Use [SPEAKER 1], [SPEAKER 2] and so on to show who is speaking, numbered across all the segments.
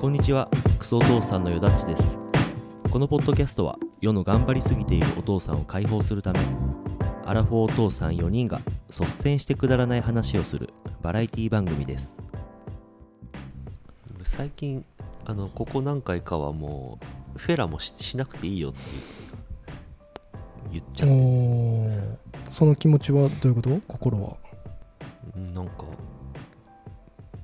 [SPEAKER 1] こんにちはクソお父さんのよだっちですこのポッドキャストは世の頑張りすぎているお父さんを解放するためアラフォーお父さん4人が率先してくだらない話をするバラエティ番組です最近あのここ何回かはもうフェラもししなくていいよって言っちゃって
[SPEAKER 2] おーその気持ちはどういうこと心は
[SPEAKER 1] うんなんか、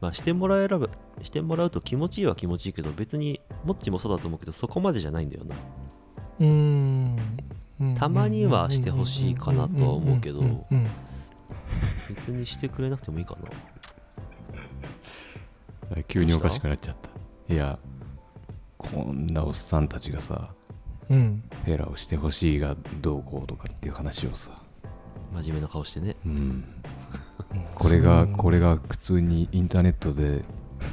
[SPEAKER 1] まあ、してもらえれば、してもらうと気持ちいいは気持ちいいけど、別に、もっちもそうだと思うけど、そこまでじゃないんだよな。
[SPEAKER 2] うーん
[SPEAKER 1] たまにはしてほしいかなとは思うけど
[SPEAKER 2] んうんうん
[SPEAKER 1] 別にしてくれなくてもいいかな。
[SPEAKER 3] あ急におかしくなっちゃったいやこんなおっさんたちがさ
[SPEAKER 2] うん
[SPEAKER 3] フェラをしてほしいがどうこうとかっていう話をさ
[SPEAKER 1] 真面目な顔してね。
[SPEAKER 3] うん これがこれが普通にインターネットで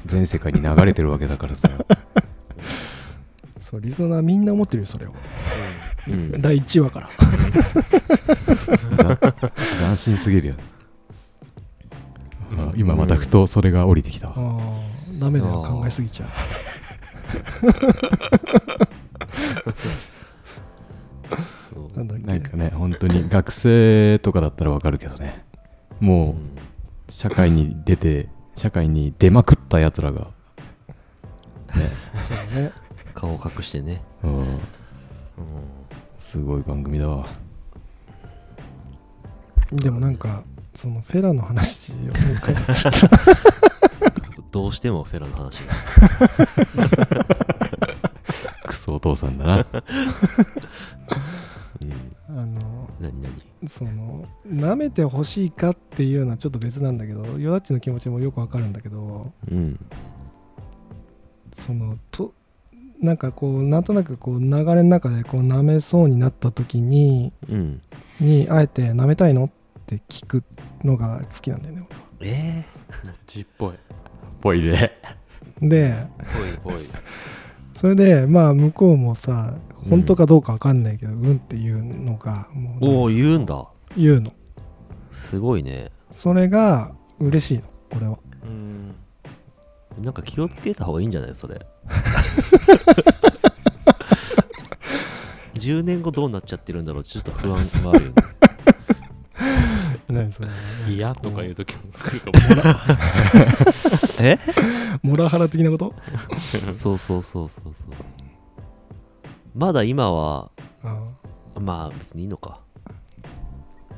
[SPEAKER 3] 全世界に流れてるわけだ からさ、
[SPEAKER 2] そうリゾナーみんな思ってるよそれを
[SPEAKER 3] うん
[SPEAKER 2] 第1話から
[SPEAKER 3] ざ斬新すぎるよ、あ今またふとそれが降りてきた
[SPEAKER 2] あ
[SPEAKER 3] わ、
[SPEAKER 2] ーダメだよ
[SPEAKER 1] あー
[SPEAKER 2] 考えすぎちゃう
[SPEAKER 1] そう
[SPEAKER 2] なんだっけ
[SPEAKER 3] なんかね本当に学生とかだったらわかるけどね
[SPEAKER 1] う
[SPEAKER 3] もう、
[SPEAKER 1] ん
[SPEAKER 3] 社会に出て社会に出まくったやつらが、
[SPEAKER 2] そうね
[SPEAKER 1] 顔を隠してね。
[SPEAKER 3] うんすごい番組だわ
[SPEAKER 2] でもなんかそのフェラの話をもう一回
[SPEAKER 1] どうしてもフェラの話が。
[SPEAKER 3] クソお父さんだな
[SPEAKER 1] うん、
[SPEAKER 2] あの
[SPEAKER 1] 何何
[SPEAKER 2] その舐めてほしいかっていうのはちょっと別なんだけどヨダッチの気持ちもよくわかるんだけど
[SPEAKER 1] うん。
[SPEAKER 2] そのとなんかこうなんとなくこう流れの中でこう舐めそうになった時に
[SPEAKER 1] うん。
[SPEAKER 2] にあえて舐めたいのって聞くのが好きなんだよね
[SPEAKER 1] え
[SPEAKER 3] ちっぽいぽいで
[SPEAKER 2] 俺で
[SPEAKER 1] えほいほい。
[SPEAKER 2] それでまあ向こうもさ本当かどうかわかんないけど、うん、っていうのがもう
[SPEAKER 1] おお、言うんだ。
[SPEAKER 2] 言うの
[SPEAKER 1] すごいね。
[SPEAKER 2] それが嬉しいの俺は
[SPEAKER 1] うん。なんか気をつけた方がいいんじゃない それ。10年後どうなっちゃってるんだろうちょっと不安はあるよね。
[SPEAKER 2] 何それ
[SPEAKER 4] いやとか言う時も来るかもしれない。
[SPEAKER 2] モラハラ的なこと
[SPEAKER 1] そうそうそうそうそう。まだ今は、
[SPEAKER 2] うん
[SPEAKER 1] まあ別にいいのか。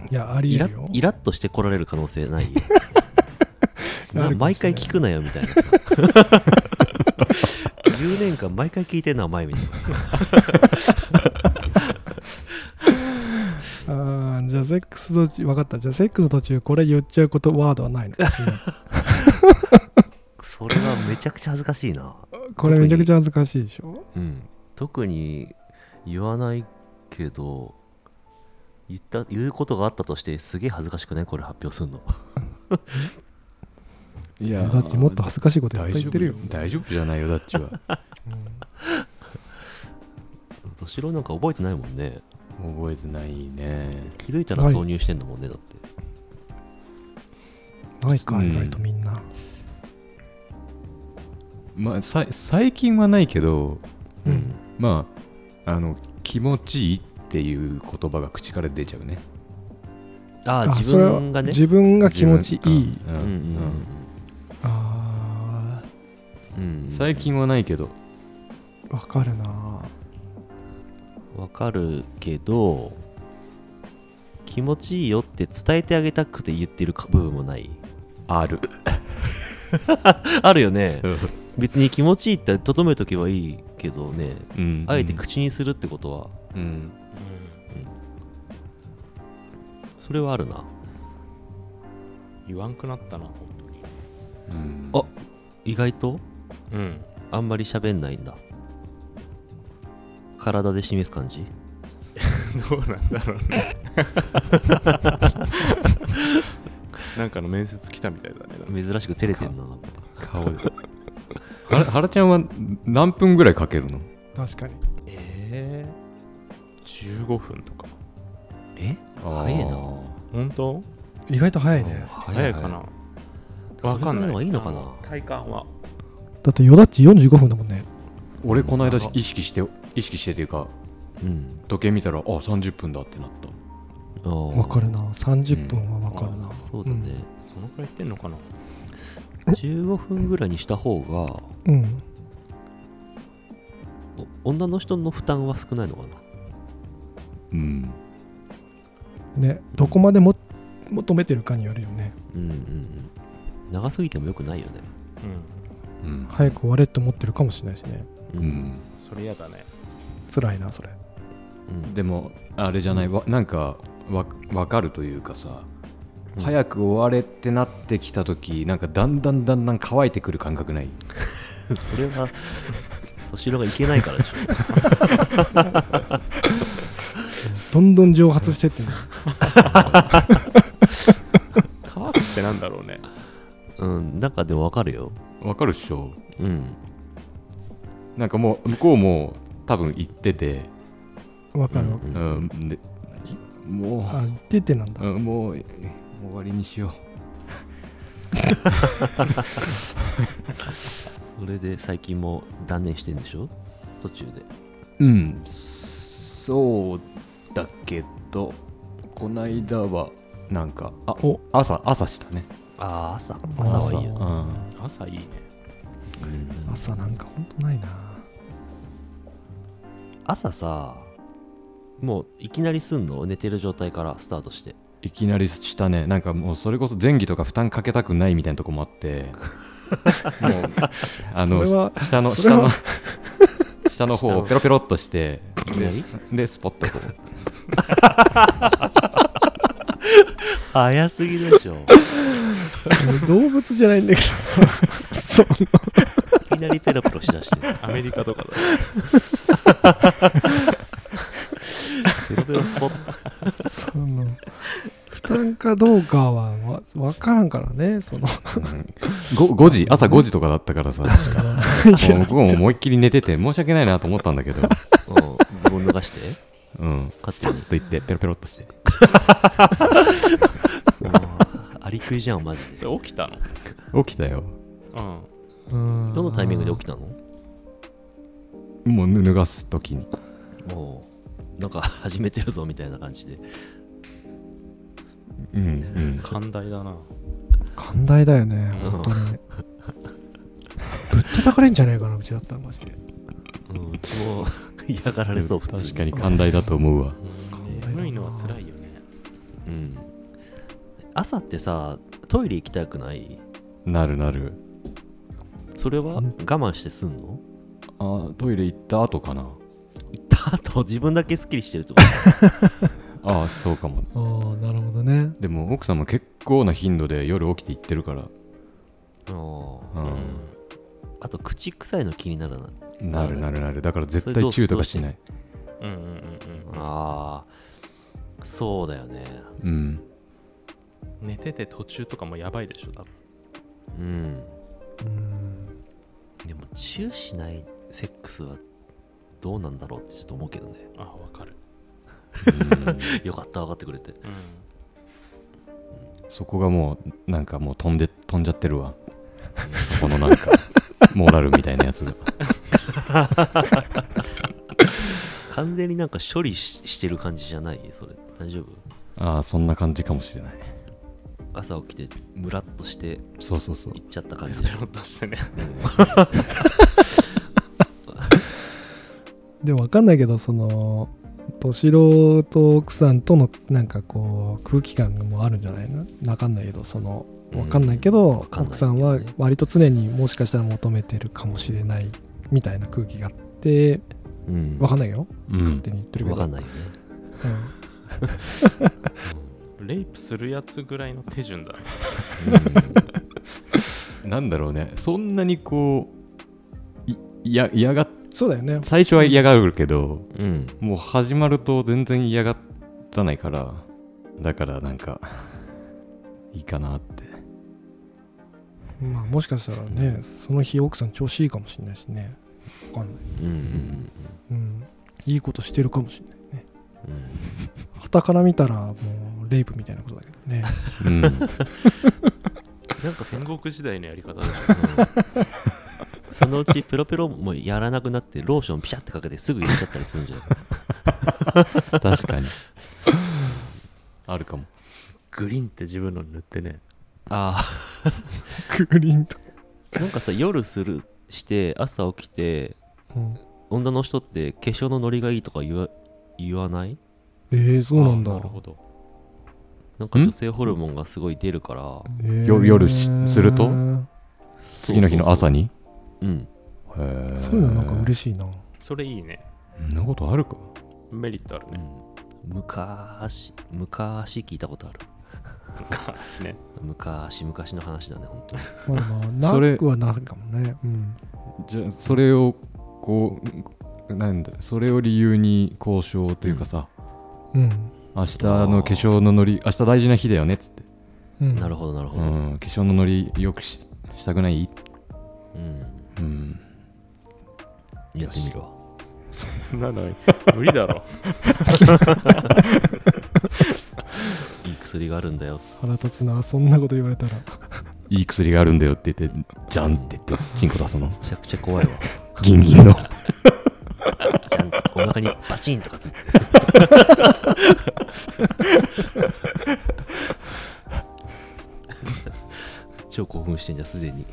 [SPEAKER 2] いやあり
[SPEAKER 1] イ
[SPEAKER 2] え
[SPEAKER 1] ラ
[SPEAKER 2] るよ
[SPEAKER 1] イラッとして来られる可能性ない
[SPEAKER 2] あ
[SPEAKER 1] な
[SPEAKER 2] るかもしれない
[SPEAKER 1] 毎回聞くなよみたいな さ。10年間毎回聞いてんな、お前みたいな。
[SPEAKER 2] あーじゃあセックス途中分かったじゃあセックスの途中これ言っちゃうことワードは ないの
[SPEAKER 1] それはめちゃくちゃ恥ずかしいな。
[SPEAKER 2] これめちゃくちゃ恥ずかしいでしょ
[SPEAKER 1] うん、特に言わないけど言った言うことがあったとしてすげえ恥ずかしくないこれ発表す るの
[SPEAKER 3] いや
[SPEAKER 2] だってもっと恥ずかしいこといっぱ
[SPEAKER 3] 大
[SPEAKER 2] い
[SPEAKER 3] 丈
[SPEAKER 2] 言ってるよ
[SPEAKER 3] 夫大丈夫じゃないよだっちは
[SPEAKER 1] 敏郎なんか覚えてないもんね
[SPEAKER 3] 覚えてないね
[SPEAKER 1] 気づいたら
[SPEAKER 2] はい
[SPEAKER 1] 挿入してんだもんね、だって
[SPEAKER 2] ないか
[SPEAKER 3] うん
[SPEAKER 2] 意外とみんな
[SPEAKER 3] まあさ最近はないけど
[SPEAKER 2] うん
[SPEAKER 3] まああの気持ちいいっていう言葉が口から出ちゃうね
[SPEAKER 1] ああ
[SPEAKER 2] あ
[SPEAKER 1] 自分がね
[SPEAKER 2] それは自分が気持ちいい
[SPEAKER 3] 自分
[SPEAKER 1] う
[SPEAKER 3] うん
[SPEAKER 1] う
[SPEAKER 3] んうんん
[SPEAKER 2] あ
[SPEAKER 1] うんうん、
[SPEAKER 3] うん最近はないけど
[SPEAKER 2] ーわかるな
[SPEAKER 1] わかるけど気持ちいいよって伝えてあげたくて言ってるか部分もない
[SPEAKER 3] ある
[SPEAKER 1] あるよね
[SPEAKER 3] うん
[SPEAKER 1] 別に気持ちいいってとどめとけばいいけどね
[SPEAKER 3] うん
[SPEAKER 1] あえて口にするってことは
[SPEAKER 3] うん
[SPEAKER 1] それはあるな
[SPEAKER 4] 言わんくなったな、本当
[SPEAKER 3] う
[SPEAKER 4] に。
[SPEAKER 3] ん
[SPEAKER 1] あ意外と
[SPEAKER 4] うん。
[SPEAKER 1] あんまり喋んないんだ体で示す感じ
[SPEAKER 4] どうなんだろうね。 なんかの面接来たみたいだね。
[SPEAKER 1] 珍しく照れてんななんか
[SPEAKER 3] 顔ではらはらちゃんは何分ぐらいかけるの
[SPEAKER 2] 確かに
[SPEAKER 4] ええ15分とか。
[SPEAKER 1] え早いな
[SPEAKER 4] 本当
[SPEAKER 2] 意外と早いね
[SPEAKER 3] あー
[SPEAKER 4] 早いかな。わかん
[SPEAKER 1] それぐら
[SPEAKER 4] ないい。
[SPEAKER 1] はいいのかな
[SPEAKER 4] 体感は。
[SPEAKER 2] だってよだっち45分だもんね
[SPEAKER 3] 俺この間
[SPEAKER 4] 長っ
[SPEAKER 3] 意識して意識してというか、うん、時計見たらあ30分だってなった
[SPEAKER 1] 分
[SPEAKER 2] わかるな30分はわかるな、
[SPEAKER 1] そうだね、
[SPEAKER 4] そのくらい言ってんのかな
[SPEAKER 1] 15分ぐらいにした方が
[SPEAKER 2] うん
[SPEAKER 1] お女の人の負担は少ないのかな
[SPEAKER 3] うん
[SPEAKER 2] ねどこまでも求めてるかによるよね
[SPEAKER 1] うんうんうん長すぎてもよくないよね
[SPEAKER 4] うん
[SPEAKER 3] うん
[SPEAKER 2] 早く終われって思ってるかもしれないしね
[SPEAKER 1] う
[SPEAKER 3] うん
[SPEAKER 4] それ嫌だね
[SPEAKER 2] 辛いなそれ
[SPEAKER 1] うん
[SPEAKER 3] でもあれじゃないわなんかわ分かるというかさ、
[SPEAKER 1] うん
[SPEAKER 3] 早く終われってなってきた時なんかだんだんだんだん乾いてくる感覚ない
[SPEAKER 1] それは 敏郎がいけないからでしょ
[SPEAKER 2] どんどん蒸発してってね
[SPEAKER 4] 乾くってなんだろうね
[SPEAKER 1] うんなんかでもわかるよ
[SPEAKER 3] 分かるっしょ
[SPEAKER 1] うん
[SPEAKER 3] なんかもう向こうも多分行ってて、
[SPEAKER 2] わかるわか
[SPEAKER 1] う
[SPEAKER 2] る、
[SPEAKER 1] ん
[SPEAKER 3] うん、でも
[SPEAKER 2] あ出てなんだ
[SPEAKER 3] う、うんもうえもう終わりにしよ
[SPEAKER 1] それで最近も断念してんでしょ途中で
[SPEAKER 3] ううんそうだけどこないだはなんかあ
[SPEAKER 2] お
[SPEAKER 3] 朝朝したね
[SPEAKER 1] ああ朝
[SPEAKER 2] 朝
[SPEAKER 1] 朝はいいよ
[SPEAKER 3] ん、
[SPEAKER 4] 朝いいね
[SPEAKER 2] 朝なんかほんとないな
[SPEAKER 1] 朝さもういきなりすんの寝てる状態からスタートして
[SPEAKER 3] いきなりしたねなんかもうそれこそ前儀とか負担かけたくないみたいなとこもあって もうあの
[SPEAKER 2] それは
[SPEAKER 3] 下の
[SPEAKER 2] そ
[SPEAKER 3] 下
[SPEAKER 2] れ
[SPEAKER 3] の
[SPEAKER 2] は
[SPEAKER 3] 下の 方をペロペロっとしてででスポッとこう
[SPEAKER 1] 早すぎでしょ い
[SPEAKER 2] それ動物じゃないんだけどさその
[SPEAKER 1] きなりペロペロしだ して
[SPEAKER 4] アメリカとかだ
[SPEAKER 1] ペロペロスポッ
[SPEAKER 2] その負担かどうかはわ分からんからねその
[SPEAKER 3] 5, 時朝5時とかだったからさもう僕も思いっきり寝てて申し訳ないなと思ったんだけど、
[SPEAKER 1] と、うん、ズボン脱がして
[SPEAKER 3] うん、
[SPEAKER 1] 勝手に
[SPEAKER 3] と言ってペロペロっとして
[SPEAKER 1] うんありくいじゃんマジで
[SPEAKER 4] それ起きたの
[SPEAKER 3] 起きたよ
[SPEAKER 4] うん
[SPEAKER 2] うん
[SPEAKER 1] どのタイミングで起きたの
[SPEAKER 3] もう脱がす時に
[SPEAKER 1] もうなんか始めてるぞみたいな感じで
[SPEAKER 3] うんうん
[SPEAKER 4] 寛大だな
[SPEAKER 2] 寛大だよね
[SPEAKER 1] うん
[SPEAKER 2] 本当にぶったたかれんじゃねえかなうちだったらマジで
[SPEAKER 1] うんうちも嫌がられそう普通
[SPEAKER 3] 確かに寛大だと思うわ
[SPEAKER 2] 寛大だな
[SPEAKER 4] 眠いのは辛いよね
[SPEAKER 1] うん朝ってさトイレ行きたくない
[SPEAKER 3] なるなる
[SPEAKER 1] それは我慢してすんの
[SPEAKER 3] あトイレ行った後かな
[SPEAKER 1] 行った後自分だけスッキリしてるってこと
[SPEAKER 3] ああそうかも
[SPEAKER 2] ああなるほどね
[SPEAKER 3] でも奥さんも結構な頻度で夜起きて行ってるから、
[SPEAKER 1] あ
[SPEAKER 3] うん
[SPEAKER 1] ーあと口臭いの気になるな
[SPEAKER 3] なるなるなるだから
[SPEAKER 1] そ
[SPEAKER 3] 絶
[SPEAKER 1] れど
[SPEAKER 3] 対
[SPEAKER 1] う
[SPEAKER 3] チューとかしない
[SPEAKER 4] うんうんうんうん
[SPEAKER 1] あーそうだよね
[SPEAKER 3] うん
[SPEAKER 4] 寝てて途中とかもやばいでしょ多分
[SPEAKER 1] うん
[SPEAKER 2] うん
[SPEAKER 1] でもチューしないセックスはどうなんだろうってちょっと思うけどね
[SPEAKER 4] あわかる
[SPEAKER 1] よかった分かってくれて
[SPEAKER 4] うん
[SPEAKER 3] そこがもうなんかもう飛んで飛んじゃってるわそこのなんかモラルみたいなやつが
[SPEAKER 1] 完全になんか処理ししてる感じじゃないそれ大丈夫
[SPEAKER 3] ああそんな感じかもしれない
[SPEAKER 1] 朝起きてムラっとして
[SPEAKER 3] そうそうそう
[SPEAKER 1] 行っちゃった感じで
[SPEAKER 4] ペ
[SPEAKER 1] しょ
[SPEAKER 4] ロッとしてね
[SPEAKER 2] でも分かんないけどその敏郎と奥さんとのなんかこう空気感もあるんじゃないの分かんないけどその
[SPEAKER 1] うん
[SPEAKER 2] 分かんないけど、
[SPEAKER 1] わかんない
[SPEAKER 2] 奥
[SPEAKER 1] けど
[SPEAKER 2] さん
[SPEAKER 1] ね
[SPEAKER 2] は割と常にもしかしたら求めてるかもしれないみたいな空気があって
[SPEAKER 1] うん
[SPEAKER 2] 分かんないよ、
[SPEAKER 3] う
[SPEAKER 2] 勝
[SPEAKER 3] ん
[SPEAKER 2] 手に言ってるけ
[SPEAKER 1] 分
[SPEAKER 2] ど
[SPEAKER 1] かんないよね
[SPEAKER 4] レイプするやつぐらいの手順だね
[SPEAKER 3] なんだろうねそんなにこういいや嫌が
[SPEAKER 2] うんそうだよね
[SPEAKER 3] 最初は嫌がるけど
[SPEAKER 1] うん
[SPEAKER 3] もう始まると全然嫌がらないからだからなんかいいかな って
[SPEAKER 2] まあもしかしたらねその日奥さん調子いいかもしれないしね分かんない、
[SPEAKER 1] うんうん
[SPEAKER 2] うん、いいことしてるかもしれないね
[SPEAKER 1] うん
[SPEAKER 2] はたから見たらもうレイプみたいなことだけどね
[SPEAKER 3] うん
[SPEAKER 4] なんか戦国時代のやり方だね
[SPEAKER 1] うんそのうちペロペロもやらなくなってローションピシャってかけてすぐ入れちゃったりするんじゃないかな
[SPEAKER 3] 確かに。あるかも。
[SPEAKER 4] グリーンって自分の塗ってね
[SPEAKER 1] あ
[SPEAKER 2] クリーンと、
[SPEAKER 1] あなんかさ夜するして朝起きて
[SPEAKER 2] うん
[SPEAKER 1] 女の人って化粧のノリがいいとか言わ言わない
[SPEAKER 2] えー、そうなんだ
[SPEAKER 4] あーなるほど
[SPEAKER 1] なんか
[SPEAKER 3] ん
[SPEAKER 1] 女性ホルモンがすごい出るから
[SPEAKER 2] えー
[SPEAKER 3] よ夜しすると次の日の朝
[SPEAKER 1] に
[SPEAKER 3] に
[SPEAKER 1] うん
[SPEAKER 3] へー
[SPEAKER 2] そういうのなんか嬉しいな
[SPEAKER 4] それいいね
[SPEAKER 3] そんなことあるか
[SPEAKER 4] メリットある
[SPEAKER 1] う
[SPEAKER 4] ね
[SPEAKER 1] ん昔昔聞いたことある
[SPEAKER 4] 感じね
[SPEAKER 1] 昔昔の話だね本当に
[SPEAKER 2] まあまあ
[SPEAKER 3] それ
[SPEAKER 2] なくはなるかもねうん
[SPEAKER 3] じゃあそれをこうなんだそれを理由に交渉というかさ、
[SPEAKER 2] うん
[SPEAKER 3] 明日の化粧のノリ明日大事な日だよねっつって、
[SPEAKER 2] うん
[SPEAKER 1] なるほどなるほ
[SPEAKER 3] う
[SPEAKER 1] ど、うん
[SPEAKER 3] ん、化粧のノリよくししたくない、うん、
[SPEAKER 1] やってみるわ
[SPEAKER 4] なのに無理だろ
[SPEAKER 1] いい薬があるんだよ
[SPEAKER 2] 腹立つなそんなこと言われたら
[SPEAKER 3] いい薬があるんだよって言ってじゃんって言ってチンコ出すの
[SPEAKER 1] めちゃくちゃ怖いわ
[SPEAKER 3] ギンギンの
[SPEAKER 1] ちゃんとお腹にバチンとかついて超興奮してんじゃんすでに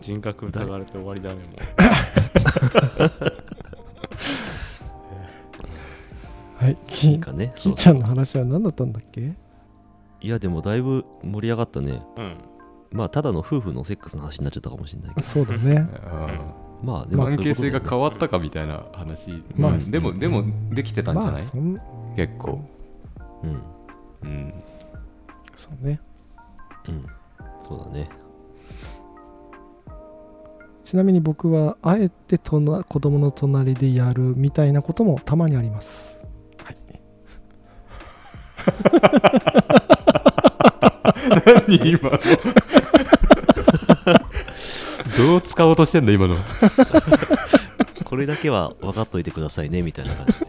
[SPEAKER 4] 人格疑われて終わりだねもう
[SPEAKER 2] は い
[SPEAKER 1] い
[SPEAKER 2] き
[SPEAKER 1] いかねそ
[SPEAKER 2] き
[SPEAKER 1] う
[SPEAKER 2] ちゃんの話は何だったんだっけ
[SPEAKER 1] いやでもだいぶ盛り上がったね
[SPEAKER 4] うん
[SPEAKER 1] まあただの夫婦のセックスの話になっちゃったかもしれないけど
[SPEAKER 2] そうだね
[SPEAKER 1] まあでも
[SPEAKER 3] 関係性が
[SPEAKER 1] わ
[SPEAKER 3] 変わったかみたいな話、
[SPEAKER 2] まあ
[SPEAKER 3] うんでもでもできてたんじゃ
[SPEAKER 2] ま
[SPEAKER 3] な
[SPEAKER 2] あ
[SPEAKER 3] い、
[SPEAKER 2] そん
[SPEAKER 3] 結構、
[SPEAKER 1] うん
[SPEAKER 3] うん、
[SPEAKER 2] そうね
[SPEAKER 1] うんそうだね
[SPEAKER 2] ちなみに僕はあえてとな子供の隣でやるみたいなこともたまにありますはい
[SPEAKER 3] 何今の どう使おうとしてんだ今の
[SPEAKER 1] これだけは分かっといてくださいねみたいな感じで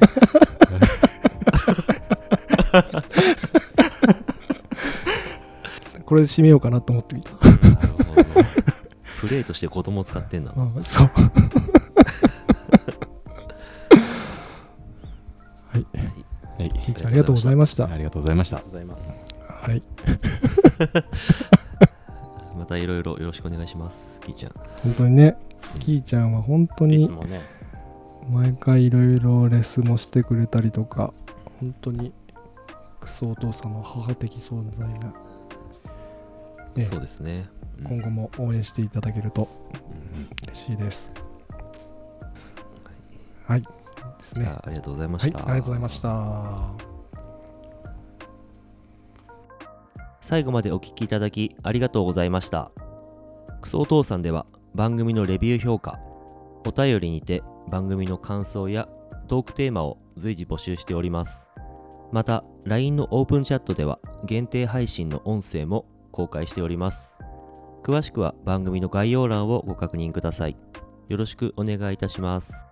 [SPEAKER 2] これで締めようかなと思ってみた
[SPEAKER 1] なるほど プレイとして子供を使ってんだな
[SPEAKER 2] うん そうはい
[SPEAKER 3] はい
[SPEAKER 2] きちゃんありがとうございました
[SPEAKER 3] ありがとうございました
[SPEAKER 4] ございます
[SPEAKER 2] はい
[SPEAKER 1] またいろいろよろしくお願いしますきーちゃん
[SPEAKER 2] 本当にねきーちゃんは本当
[SPEAKER 4] い
[SPEAKER 2] に
[SPEAKER 4] つもね
[SPEAKER 2] 毎回いろいろレスもしてくれたりとか本当にクソお父さんの母的存在な、ええ
[SPEAKER 1] そうですね、うん
[SPEAKER 2] 今後も応援していただけると嬉しいですはい、ですね
[SPEAKER 1] あありがとうございま
[SPEAKER 2] はいあ
[SPEAKER 1] し
[SPEAKER 2] り
[SPEAKER 1] た、
[SPEAKER 2] がとうございました
[SPEAKER 1] 最後までお聞きいただきありがとうございましたクソお父さんでは番組のレビュー評価お便りにて番組の感想やトークテーマを随時募集しておりますまた LINE のオープンチャットでは限定配信の音声も公開しております詳しくは番組の概要欄をご確認くださいよろしくお願いいたします